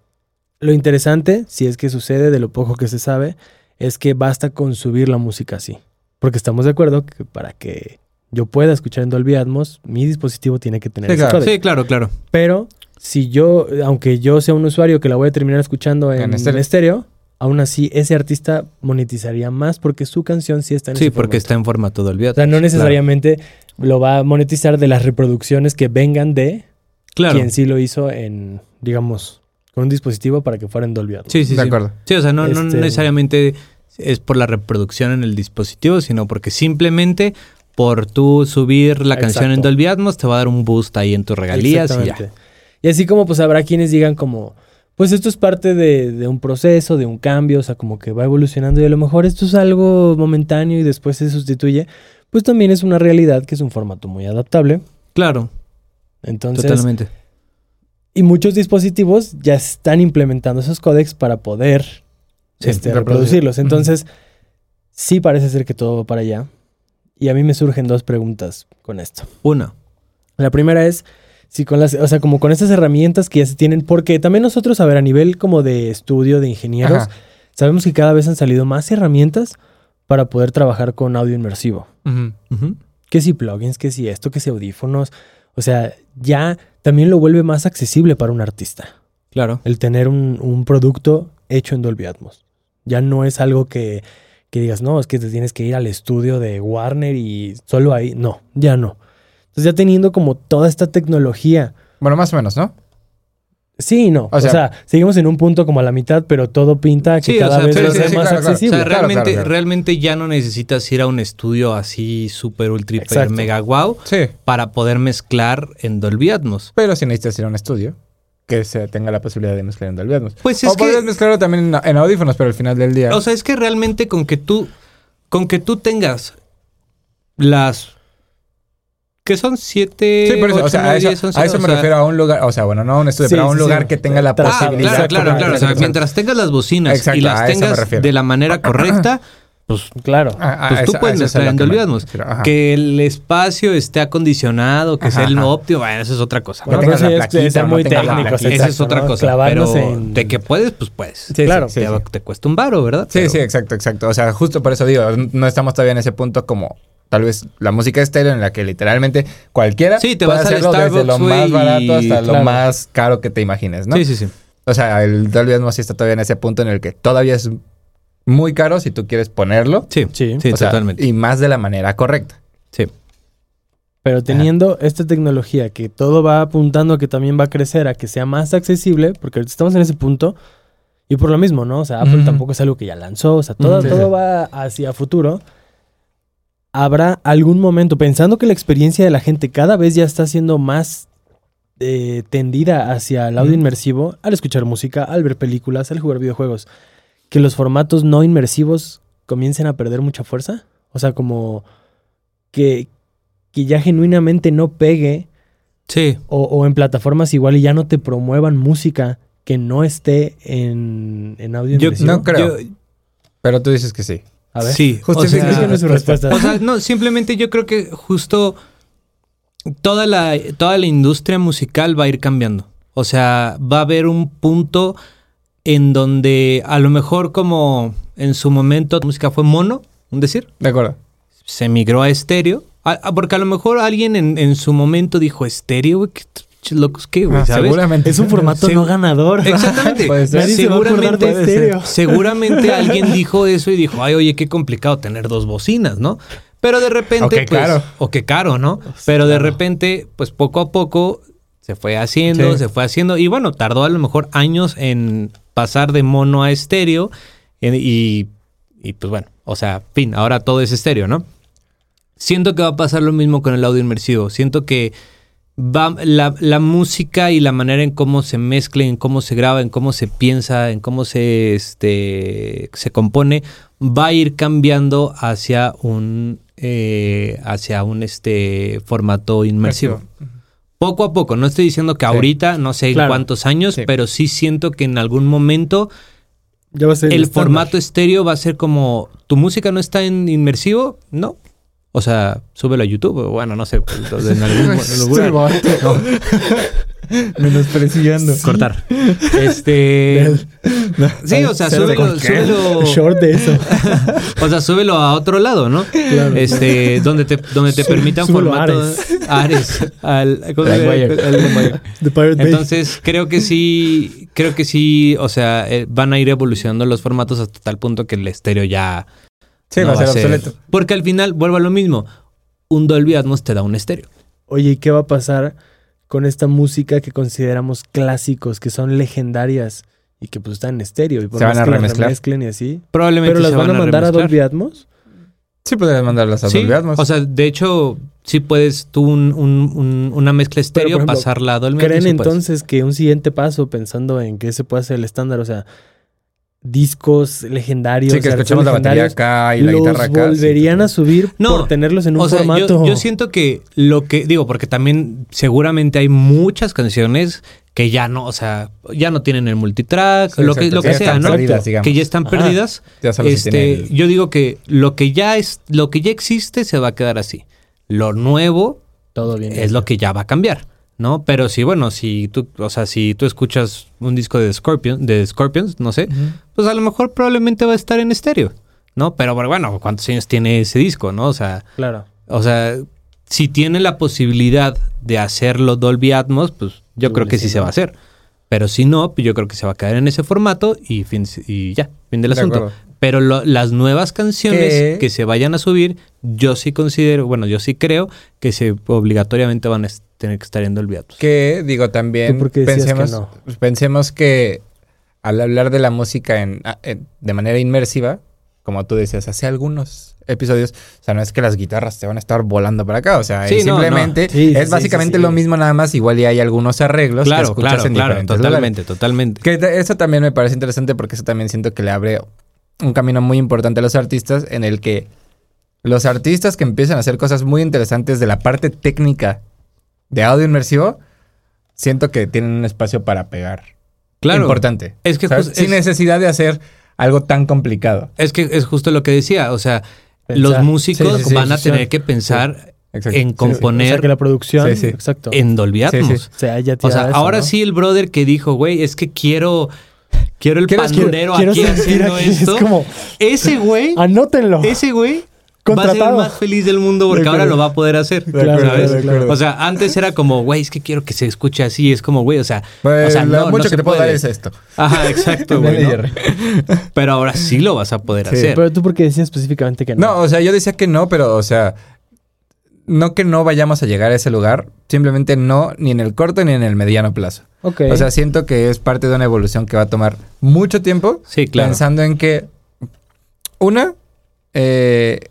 Lo interesante, si es que sucede, de lo poco que se sabe, es que basta con subir la música así. Porque estamos de acuerdo que para que yo pueda escuchar en Dolby Atmos, mi dispositivo tiene que tener Sí, ese claro. código. Sí, claro, claro. Pero si yo, aunque yo sea un usuario que la voy a terminar escuchando en, En estéreo. estéreo. aún así ese artista monetizaría más porque su canción sí está en Sí, ese porque formato. está en formato Dolby O sea, Atmos. no necesariamente lo va a monetizar de las reproducciones que vengan de Claro. quien sí lo hizo en, digamos, con un dispositivo para que fuera en Dolby Atmos. Sí, sí, de sí. acuerdo. Sí, o sea, no, no Este- necesariamente es por la reproducción en el dispositivo, sino porque simplemente por tú subir la canción en Exacto. Dolby Atmos te va a dar un boost ahí en tus regalías y ya. Exactamente. Y así como pues habrá quienes digan como, pues esto es parte de, de un proceso, de un cambio, o sea, como que va evolucionando y a lo mejor esto es algo momentáneo y después se sustituye, pues también es una realidad que es un formato muy adaptable. Claro, Entonces, totalmente. y muchos dispositivos ya están implementando esos códecs para poder Sí, este, reproducir. reproducirlos. Entonces, sí parece ser que todo va para allá. Y a mí me surgen dos preguntas con esto. Una. La primera es si con las, o sea, como con estas herramientas que ya se tienen, porque también nosotros, a ver, a nivel como de estudio de ingenieros, Ajá. sabemos que cada vez han salido más herramientas para poder trabajar con audio inmersivo. Ujú. Ujú. Que si plugins, que si esto, que si audífonos. O sea, ya también lo vuelve más accesible para un artista. Claro. El tener un, un producto hecho en Dolby Atmos. Ya no es algo que, que digas, no, es que te tienes que ir al estudio de Warner y solo ahí. No, ya no. Entonces ya teniendo como toda esta tecnología Bueno, más o menos, ¿no? Sí y no. O O sea- sea, seguimos en un punto como a la mitad, pero todo pinta que Sí, o cada sea, vez sí, va a sí, ser sí, más claro, claro. O accesible. sea, claro, claro, realmente, claro. realmente ya no necesitas ir a un estudio así súper ultra hiper, Exacto. mega guau Sí. para poder mezclar en Dolby Atmos. Pero si necesitas ir a un estudio. que se tenga la posibilidad de mezclar en Dolby Atmos. Pues o es que- podrías mezclarlo también en, en audífonos, pero al final del día. O sea, es que realmente con que tú, con que tú tengas las... Que son siete... Sí, por eso, ocho, o sea, a nueve, eso, diez, once, a eso o me sea- refiero a un lugar, o sea, bueno, no a un estudio, Sí, pero a un sí, lugar sí. que tenga la Ah, Ah, posibilidad. claro, claro, totalmente claro. O de sea, mezclar. mientras tengas las bocinas Exacto, y las a eso me tengas refiero. de la manera correcta, pues, Claro. Ah, ah, pues tú esa- puedes esa es a mezclar la en que me Dolby Atmos. refiero, ajá. Que el espacio esté acondicionado, que Ajá, sea el ajá. óptimo, bueno, eso es otra cosa. Bueno, ¿no? tengas eso la ya es- plaquita, está no muy tengas la técnico. plaquita, Esa exacto, es otra ¿no? cosa. Clavándose Pero en- de que puedes, pues puedes. Sí, Claro. sí, sí, Te, va- sí. te cuesta un varo, ¿verdad? Sí, Pero- sí, exacto, exacto. O sea, justo por eso digo, no estamos todavía en ese punto como tal vez la música estéreo en la que literalmente cualquiera Sí, te puede vas al hacerlo desde Starbucks, lo más güey, barato hasta y- lo claro. más caro que te imagines, ¿no? Sí, sí, sí. O sea, el Dolby Atmos sí está todavía en ese punto en el que todavía es muy caro si tú quieres ponerlo. Sí, Sí. sí, O sea, totalmente. Y más de la manera correcta. Sí. Ah. Pero teniendo esta tecnología que todo va apuntando a que también va a crecer, a que sea más accesible, porque ahorita estamos en ese punto, y por lo mismo, ¿no? O sea, Apple Ujú. tampoco es algo que ya lanzó, o sea, todo, Sí, todo sí. va hacia futuro. Habrá algún momento, pensando que la experiencia de la gente cada vez ya está siendo más eh, tendida hacia el audio Ujú. inmersivo, al escuchar música, al ver películas, al jugar videojuegos, que los formatos no inmersivos comiencen a perder mucha fuerza. O sea, como que, que ya genuinamente no pegue Sí. o, o en plataformas igual y ya no te promuevan música que no esté en, en audio Yo inmersivo? No creo. Yo- Pero tú dices que sí. A ver. Sí. o Justifica- sea- Explíquenos su respuesta. O sea, no, simplemente yo creo que justo toda la, toda la industria musical va a ir cambiando. O sea, va a haber un punto en donde a lo mejor como en su momento la música fue mono, un decir, De acuerdo. se migró a estéreo. A- a- porque a lo mejor alguien en, en su momento dijo estéreo, güey, qué pinches locos qué, güey, Ah, ¿sabes? seguramente. es un formato Sí. no ganador. Exactamente. Puede ser. Nadie se va a acordar de Seguramente, estéreo. seguramente alguien dijo eso y dijo, ay, oye, qué complicado tener dos bocinas, ¿no? Pero de repente, O qué pues, caro. o qué caro, ¿no? Pero de repente, pues poco a poco se fue haciendo, Sí. se fue haciendo y bueno, tardó a lo mejor años en pasar de mono a estéreo en- y, y pues bueno, o sea, fin, ahora todo es estéreo, ¿no? Siento que va a pasar lo mismo con el audio inmersivo. Siento que va, la, la música y la manera en cómo se mezcla, en cómo se graba, en cómo se piensa, en cómo se, este, se compone, va a ir cambiando hacia un, eh, hacia un este, formato inmersivo. Poco a poco, no estoy diciendo que Sí. ahorita, no sé en Claro. cuántos años, Sí. pero sí siento que en algún momento Ya va a ser el estándar. formato estéreo va a ser como, ¿tu música no está en inmersivo? No. O sea, súbelo a YouTube, o bueno, no sé, pues, en algún lugar. Menospreciando. Cortar. Este. sí, o sea, Cero súbelo, con qué. súbelo. Short de eso. O sea, súbelo a otro lado, ¿no? Claro. Este, donde te, donde te permitan súbelo a formato. Ares. Al, ¿cómo se llama? Limewire. Al Limewire. The Pirate Bay. Entonces, creo que sí, creo que sí, o sea, eh, van a ir evolucionando los formatos hasta tal punto que el estéreo ya Sí, no va a ser obsoleto. Porque al final, vuelvo a lo mismo, un Dolby Atmos te da un estéreo. Oye, ¿y qué va a pasar con esta música que consideramos clásicos, que son legendarias y que pues están en estéreo? Y por Se van más a que las remezclar. remezclen y así. Probablemente ¿Pero las se van, a mandar a remezclar. Dolby Atmos? Sí, podrías mandarlas a Sí, Dolby Atmos. O sea, de hecho, sí puedes tú un- un- un- una mezcla estéreo por ejemplo, pasarla a Dolby Atmos, ¿Creen sí pues. puedes. entonces que un siguiente paso, pensando en que ese pueda ser el estándar, o sea, discos legendarios, sí, que artistas escuchamos la batería legendarios, acá y la los guitarra acá. volverían a subir No, por tenerlos en un O sea, yo- formato? yo, siento que lo que digo, porque también seguramente hay muchas canciones que ya no, o sea, ya no tienen el multitrack, Sí, lo que, exacto, lo que que ya sea, están ¿no? perdidas, digamos. Que ya están Ah. perdidas. Ya solo se Este, tiene el- Yo digo que lo que ya es, lo que ya existe se va a quedar así. Lo nuevo Todo bien. es lo que ya va a cambiar, ¿no? Pero sí, bueno, si tú, o sea, si tú escuchas un disco de Scorpion, de Scorpions, no sé, pues a lo mejor probablemente va a estar en estéreo, ¿no? Pero bueno, ¿cuántos años tiene ese disco, no? O sea, Claro. o sea, si tiene la posibilidad de hacerlo Dolby Atmos, pues yo Seguro creo que sí, sí se ¿no? va a hacer. Pero si no, pues yo creo que se va a quedar en ese formato y, fin, y ya, fin del De asunto. acuerdo. Pero lo- las nuevas canciones ¿Qué? que se vayan a subir, yo sí considero, bueno, yo sí creo que se obligatoriamente van a es- tener que estar en Dolby Atmos. Que, digo, también ¿Tú por qué decías que pensemos, pensemos que al hablar de la música en- a- en- de manera inmersiva, como tú decías, hace algunos episodios, o sea, no es que las guitarras te van a estar volando para acá, o sea, Sí, es no, no. simplemente Sí, sí, es sí, básicamente sí, sí. lo mismo nada más, igual y hay algunos arreglos que Claro, escuchas claro, en claro. diferentes lugares. Totalmente, totalmente. Que te- eso también me parece interesante porque eso también siento que le abre un camino muy importante a los artistas en el que los artistas que empiezan a hacer cosas muy interesantes de la parte técnica de audio inmersivo, siento que tienen un espacio para pegar. Claro. Importante. Es que ¿sabes? pues, Sin es- necesidad de hacer algo tan complicado. Es que es justo lo que decía. O sea, Pensar. los músicos Sí, sí, sí, van a sí, sí. tener que pensar Exacto. en Sí, sí. componer O sea, que la producción. Sí, sí. Exacto. en Dolby Sí, sí. Atmos. se haya O sea, tirado eso, ahora ¿no? sí el brother que dijo, güey, es que quiero. Quiero el Quiero- pandero quiero aquí sentir haciendo aquí, es esto. como- Ese güey. Anótenlo. Ese güey. Va a ser Contratado. el más feliz del mundo porque De ahora acuerdo. lo va a poder hacer. acuerdo, ¿sabes? de acuerdo. O sea, antes era como, güey, es que quiero que se escuche así. Es como, güey, o sea, Pues, o sea, lo no, mucho no que se te puedo dar puede. es esto. Ajá, exacto, güey. ¿no? Pero ahora sí lo vas a poder Sí. hacer. Pero tú, ¿por qué decías específicamente que no? No, o sea, yo decía que no, pero, o sea, no que no vayamos a llegar a ese lugar, simplemente no, ni en el corto ni en el mediano plazo. ok. O sea, siento que es parte de una evolución que va a tomar mucho tiempo, Sí, claro. pensando en que, una, eh,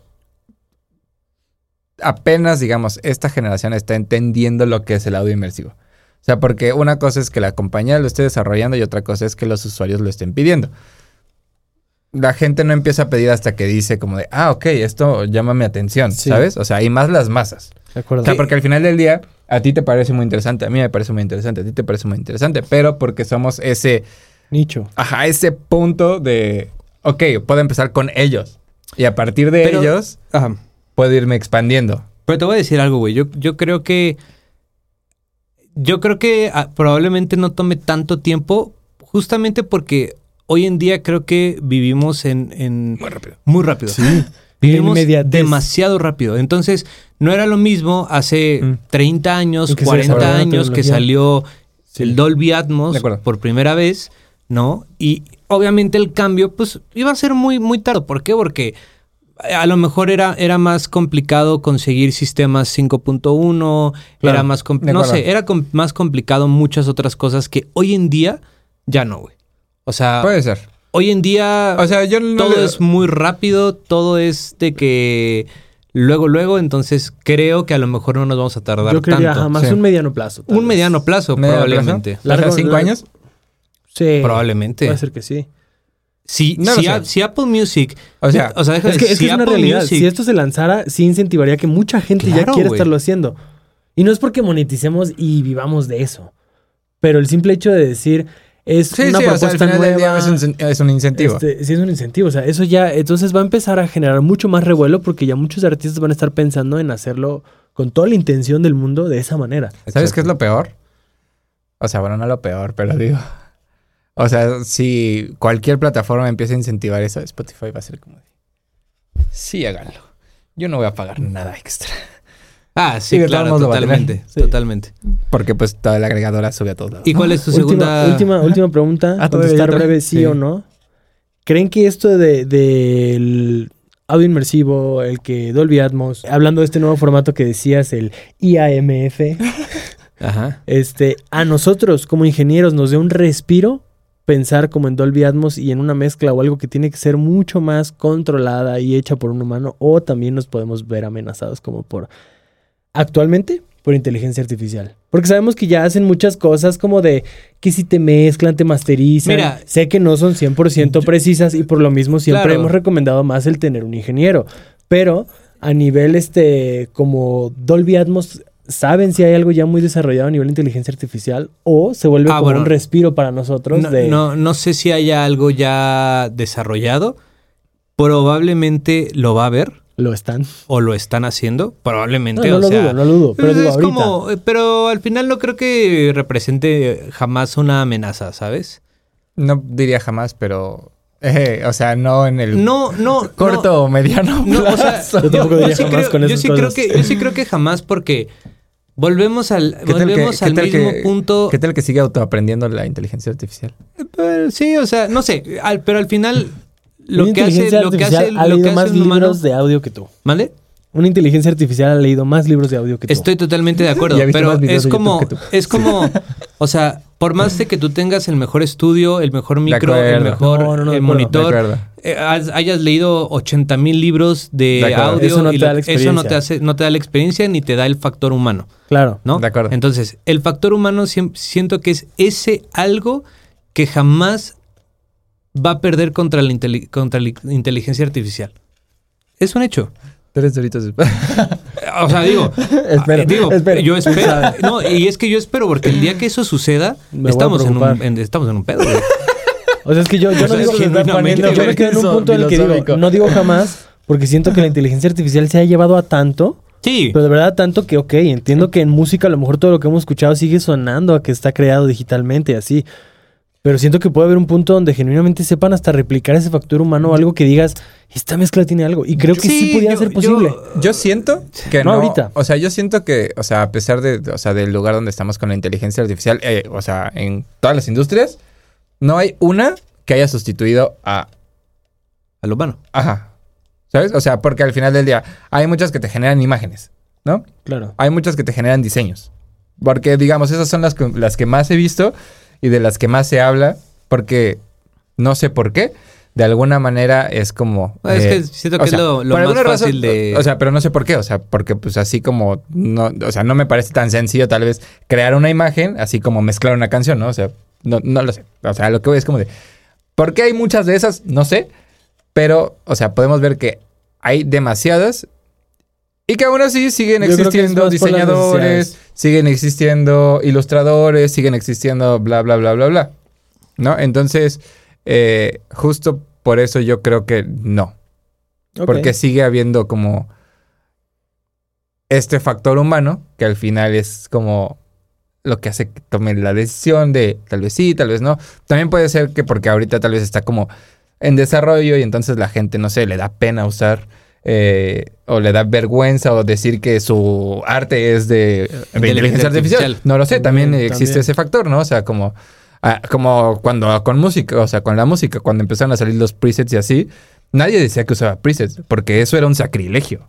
apenas, digamos, esta generación está entendiendo lo que es el audio inmersivo. O sea, porque una cosa es que la compañía lo esté desarrollando y otra cosa es que los usuarios lo estén pidiendo. La gente no empieza a pedir hasta que dice como de, ah, ok, esto llama mi atención, Sí. ¿sabes? O sea, y más las masas. de acuerdo. O sea, porque al final del día, a ti te parece muy interesante, a mí me parece muy interesante, a ti te parece muy interesante, pero porque somos ese, Nicho. ajá, ese punto de, ok, puedo empezar con ellos. Y a partir de Pero- ellos, Ajá. puedo irme expandiendo. Pero te voy a decir algo, güey. Yo, yo creo que. Yo creo que ah, probablemente no tome tanto tiempo, justamente porque hoy en día creo que vivimos en. en- Muy rápido. muy rápido. La Vivimos inmediatez. demasiado rápido. Entonces, no era lo mismo hace Mm. 30 años, Y que se 40 desarrolló la años que tecnología. salió el Dolby Atmos De acuerdo. por primera vez, ¿no? Y obviamente el cambio, pues, iba a ser muy, muy tarde. ¿Por qué? Porque a lo mejor era, era más complicado conseguir sistemas 5.1, Claro, era más... com- de No acuerdo. sé, era com- más complicado muchas otras cosas que hoy en día ya no, güey. O sea, Puede ser. hoy en día Pues, O sea, yo no... Ah. todo le- es muy rápido, todo es de que luego, luego, entonces creo que a lo mejor no nos vamos a tardar Yo creería tanto. jamás sí. un mediano plazo. tal Un vez. mediano plazo, ¿Medio plazo? probablemente. O sea, Largo, cinco largo. años. Sí. Probablemente. Puede ser que sí. Si, No lo si sé. a- si Apple Music. O sea, o sea déjame, Es que, es, que si es una Apple realidad. Music- Si esto se lanzara, sí incentivaría que mucha gente ya Claro, quiera güey. estarlo haciendo. Y no es porque moneticemos y vivamos de eso. Pero el simple hecho de decir es Sí, una sí, o sea, propuesta al final nueva. del día es un, es un incentivo. Este, sí, es un incentivo. O sea, eso ya. Entonces va a empezar a generar mucho más revuelo porque ya muchos artistas van a estar pensando en hacerlo con toda la intención del mundo de esa manera. ¿Sabes qué es lo peor? O sea, bueno, no lo peor, pero digo. O sea, si cualquier plataforma empieza a incentivar eso, Spotify va a ser como de. Sí, háganlo. Yo no voy a pagar nada extra. Ah, sí, Sí, de todos claro, modos lo va a totalmente. tener. Sí. Totalmente. Porque pues toda la agregadora sube a todos lados. ¿Y cuál es tu última, segunda? última, última pregunta. Ah, todavía hay contestar otra. breve, sí, Sí. o no. ¿Creen que esto de- del audio inmersivo, el que Dolby Atmos, hablando de este nuevo formato que decías, el IAMF, Ajá. este, a nosotros como ingenieros nos dé un respiro pensar como en Dolby Atmos y en una mezcla o algo que tiene que ser mucho más controlada y hecha por un humano o también nos podemos ver amenazados como por actualmente por inteligencia artificial. Porque sabemos que ya hacen muchas cosas como de que si te mezclan, te masterizan. Mira. sé que no son 100% precisas y por lo mismo siempre Claro. hemos recomendado más el tener un ingeniero, pero a nivel este como Dolby Atmos saben si hay algo ya muy desarrollado a nivel de inteligencia artificial o se vuelve Ah, como bueno. un respiro para nosotros No, de no, no sé si haya algo ya desarrollado. Probablemente lo va a ver lo están. o lo están haciendo. No, Probablemente. no o lo sea, dudo, no lo dudo, pero Pues digo es ahorita. como, eh, pero al final no creo que represente jamás una amenaza, ¿sabes? No diría jamás, pero. eh, o sea, no en el No, no. corto o mediano No, no, o sea, plazo. Yo tampoco diría sí jamás creo- con yo esas sí creo cosas. que Yo sí creo que jamás porque volvemos al, ¿Qué tal que- volvemos qué al tal mismo que- punto. ¿Qué tal que sigue autoaprendiendo la inteligencia artificial? Eh, Sí, o sea, no sé, al- pero al final lo Una que hace, inteligencia lo que artificial hace, ha lo leído que hace más un humano. libros de audio que tú. ¿Mande? una inteligencia artificial ha leído más libros de audio que tú. Estoy totalmente de acuerdo, Ya he visto pero más videos es de YouTube como, que tú. es como, o sea, por más de que tú tengas el mejor estudio, el mejor micro, el acuerdo. mejor No, no, no, eh, de acuerdo. De monitor, acuerdo. eh, has- hayas leído 80 mil libros de, De acuerdo. audio, Eso no te lo- da la eso no te experiencia. hace, no te da la experiencia ni te da el factor humano, Claro. ¿no? De acuerdo. Entonces, el factor humano siem- siento que es ese algo que jamás va a perder contra la, inteli- contra la inteligencia artificial. Es un hecho. Tres doritos O sea, digo, Espero, eh, digo, espero. yo espero. No, y es que yo espero, porque el día que eso suceda, Me voy a estamos en, un, preocupar. en- estamos en un pedo. güey. O sea, es que yo, yo O no sea, digo es que yo genuinamente me quedo en un punto en el que digo, no digo jamás, porque siento que la inteligencia artificial se ha llevado a tanto, Sí, pero de verdad a tanto que, ok, entiendo que en música a lo mejor todo lo que hemos escuchado sigue sonando a que está creado digitalmente y así. Pero siento que puede haber un punto donde genuinamente sepan hasta replicar ese factor humano o algo que digas, esta mezcla tiene algo. Y creo que sí, Sí, podría yo- ser yo- posible. Yo siento que No no, ahorita. O sea, yo siento que, o sea, a pesar de, o sea, del lugar donde estamos con la inteligencia artificial, eh, o sea, en todas las industrias, no hay una que haya sustituido a al humano. Ajá. ¿Sabes? O sea, porque al final del día hay muchas que te generan imágenes, ¿no? Claro. Hay muchas que te generan diseños. Porque, digamos, esas son las que, las que más he visto y de las que más se habla, porque no sé por qué. De alguna manera es como. Ah, Es eh, que siento o que es sea, lo, lo por más alguna fácil razón, de. O sea, pero no sé por qué. O sea, porque pues así como. No, o sea, no me parece tan sencillo tal vez crear una imagen, así como mezclar una canción, ¿no? O sea, no, no lo sé. O sea, lo que voy es como de. ¿Por qué hay muchas de esas? No sé. Pero, o sea, podemos ver que hay demasiadas. Y que aún así siguen Yo creo que es existiendo más por las diseñadores, necesidades. siguen existiendo ilustradores, siguen existiendo bla, bla, bla, bla, bla. ¿No? Entonces, eh, justo por eso yo creo que no. Ok. Porque sigue habiendo como este factor humano que al final es como lo que hace que tomen la decisión de tal vez sí, tal vez no. También puede ser que porque ahorita tal vez está como en desarrollo y entonces la gente, no sé, le da pena usar eh, o le da vergüenza o decir que su arte es de, de De inteligencia inteligencia artificial. artificial. No lo sé, también, También, existe también. ese factor, ¿no? O sea, como, ah, como cuando con música, o sea, con la música, cuando empezaron a salir los presets y así, nadie decía que usaba presets porque eso era un sacrilegio.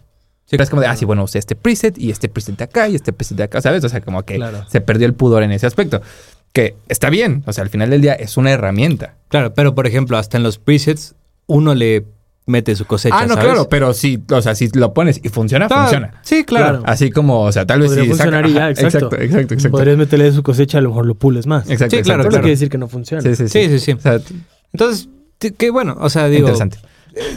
Sí, Pero es como de, ah, sí, bueno, usé este preset y este preset de acá y este preset de acá, ¿sabes? O sea, como que Claro. se perdió el pudor en ese aspecto. Que está bien, o sea, al final del día es una herramienta. Claro, pero por ejemplo, hasta en los presets, uno le mete su cosecha. ah, no, ¿sabes? claro, pero si, o sea, si lo pones y funciona, Ah, funciona. Sí, claro. Claro. Así como, o sea, tal vez Podría si saca- funcionar y ya, ajá, exacto. Exacto, exacto, exacto. Podrías meterle su cosecha, a lo mejor lo pules más. Exacto, Sí, claro, Pero exacto. no claro. quiere decir que no funciona. Sí, sí, sí. Sí, sí, sí. O sea, Entonces, t- qué bueno. O sea, digo. interesante.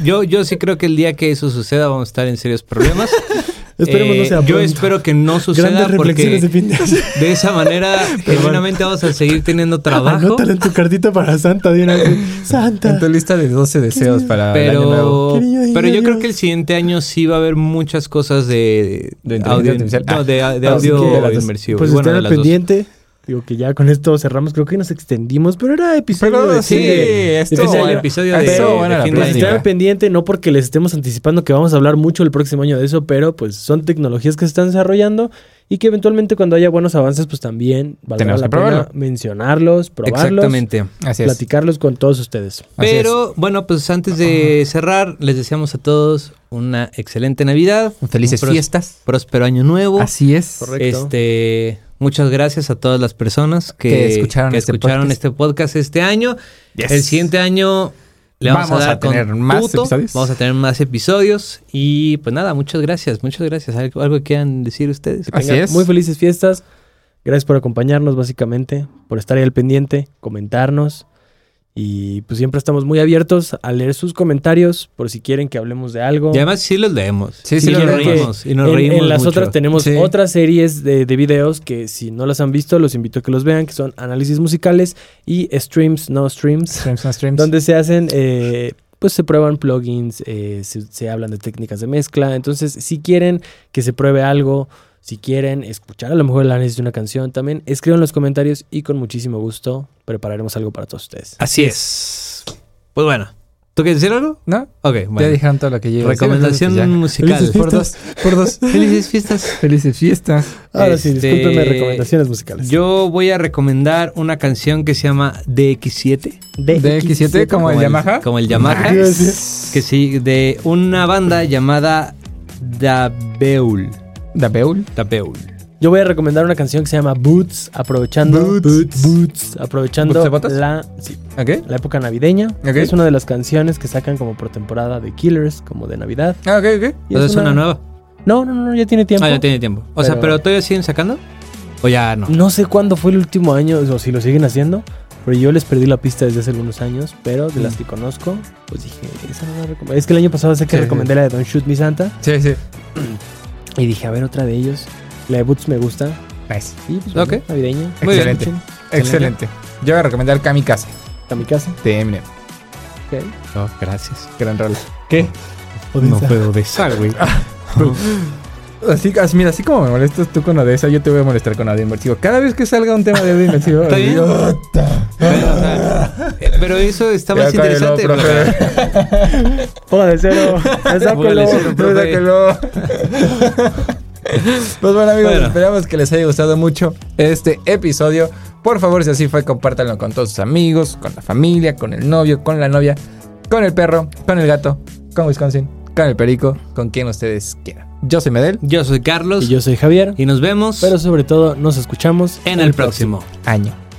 Yo, yo sí creo que el día que eso suceda vamos a estar en serios problemas. Esperemos no Eh, sea Yo pronto. espero que no suceda Grandes porque reflexiones de fin de año. de esa manera genuinamente vamos a seguir teniendo trabajo. Anótala en tu cartita para Santa de una vez. Santa. En tu lista de 12 deseos para el año nuevo. Pero, Qué niño de pero yo Dios. creo que el siguiente año sí va a haber muchas cosas de, De inteligencia audio, artificial. no, Ah. de, de Así audio que, de las dos. inmersivo. Pues Bueno, estén de al las dos. pendiente. Digo que ya con esto cerramos. Creo que nos extendimos, pero era episodio Pero de sí, fin de- estuvo fin de año. bueno. episodio de- Estuvo de buena la fin de Pues año. plática. estén al pendiente, no porque les estemos anticipando que vamos a hablar mucho el próximo año de eso, pero pues son tecnologías que se están desarrollando y que eventualmente cuando haya buenos avances, pues también valdrá Tenemos la que pena probarlo. mencionarlos, probarlos, Exactamente. Así es. platicarlos con todos ustedes. Así Pero bueno, pues antes de cerrar, les deseamos a todos una excelente Navidad. Felices un prós- fiestas. Próspero año nuevo. Así es. Correcto. Este, muchas gracias a todas las personas que, Que escucharon que este escucharon podcast. este podcast este año. Yes. El siguiente año le vamos, Vamos a, a dar con tener más tuto. episodios. Vamos a tener más episodios. Y pues nada, muchas gracias, muchas gracias. ¿Algo, algo que quieran decir ustedes? Así Tengan es. Muy felices fiestas. Gracias por acompañarnos, básicamente, por estar ahí al pendiente, comentarnos. Y pues siempre estamos muy abiertos a leer sus comentarios por si quieren que hablemos de algo. Y además sí los leemos. Sí, Y sí, nos los creo que reímos. Y nos en, reímos en las mucho. otras tenemos Sí. otras series de, de videos que si no las han visto, los invito a que los vean, que son análisis musicales y streams, no streams, Streams, no streams. donde se hacen, eh, pues se prueban plugins, eh, se, se hablan de técnicas de mezcla. Entonces, si quieren que se pruebe algo, si quieren escuchar a lo mejor el análisis de una canción, también escriban en los comentarios y con muchísimo gusto prepararemos algo para todos ustedes. Así es. Pues bueno, ¿tú quieres decir algo? ¿No? Ok, Ya bueno. dijeron todo lo que llevo. Recomendación musical. Felices Por dos. Por dos. Felices fiestas. Felices fiestas. Ahora sí, Este, discúlpenme, recomendaciones musicales. Yo voy a recomendar una canción que se llama DX7. DX7 como el Yamaha. Como el Yamaha. Nice. Que sí, de una banda llamada Dabeul. ¿Da Beul? Dabeul. Yo voy a recomendar una canción que se llama Boots, aprovechando Boots. Boots, aprovechando ¿Boots de botas? la sí, ¿Ok? la época navideña. Ok. Es una de las canciones que sacan como por temporada de Killers, como de Navidad. Ah, ok, ok. Y O sea, es una nueva. No, no, no, ya tiene tiempo. Ah, ya tiene tiempo. O sea, Pero- pero todavía siguen sacando. O ya no. No sé cuándo fue el último año o si lo siguen haciendo, pero yo les perdí la pista desde hace algunos años, pero de Mm. las que conozco, pues dije, esa no la recomendé. Es que el año pasado sé que Sí, recomendé la de Don't Shoot Me Santa Sí, sí. y dije, a ver, otra de ellos. La de Boots me gusta. Nice. Y pues, Ok. bueno, navideña. Muy bien. Excelente. Excelente. Yo voy a recomendar Kamikaze A mi casa. de Eminem. Ok. No, gracias. Gran rol. No puedo besar, güey. Así, as- mira, así como me molestas tú con Odessa, yo te voy a molestar con Audio Inmersivo. Cada vez que salga un tema de Audio Inmersivo. Está bien. yo- Pero, o sea, eh, pero eso está Ya más cállalo, interesante. profe. güey. Póngale cero. Póngale Sácalo. cero. Tú sácalo. Pues bueno amigos, Bueno. esperamos que les haya gustado mucho este episodio. Por favor, si así fue, compártanlo con todos sus amigos, con la familia, con el novio, con la novia, con el perro, con el gato, con Wisconsin, con el perico, con quien ustedes quieran. Yo soy Medel. Yo soy Carlos Y y, yo soy Javier. nos vemos Pero sobre todo, nos escuchamos en el próximo. Año.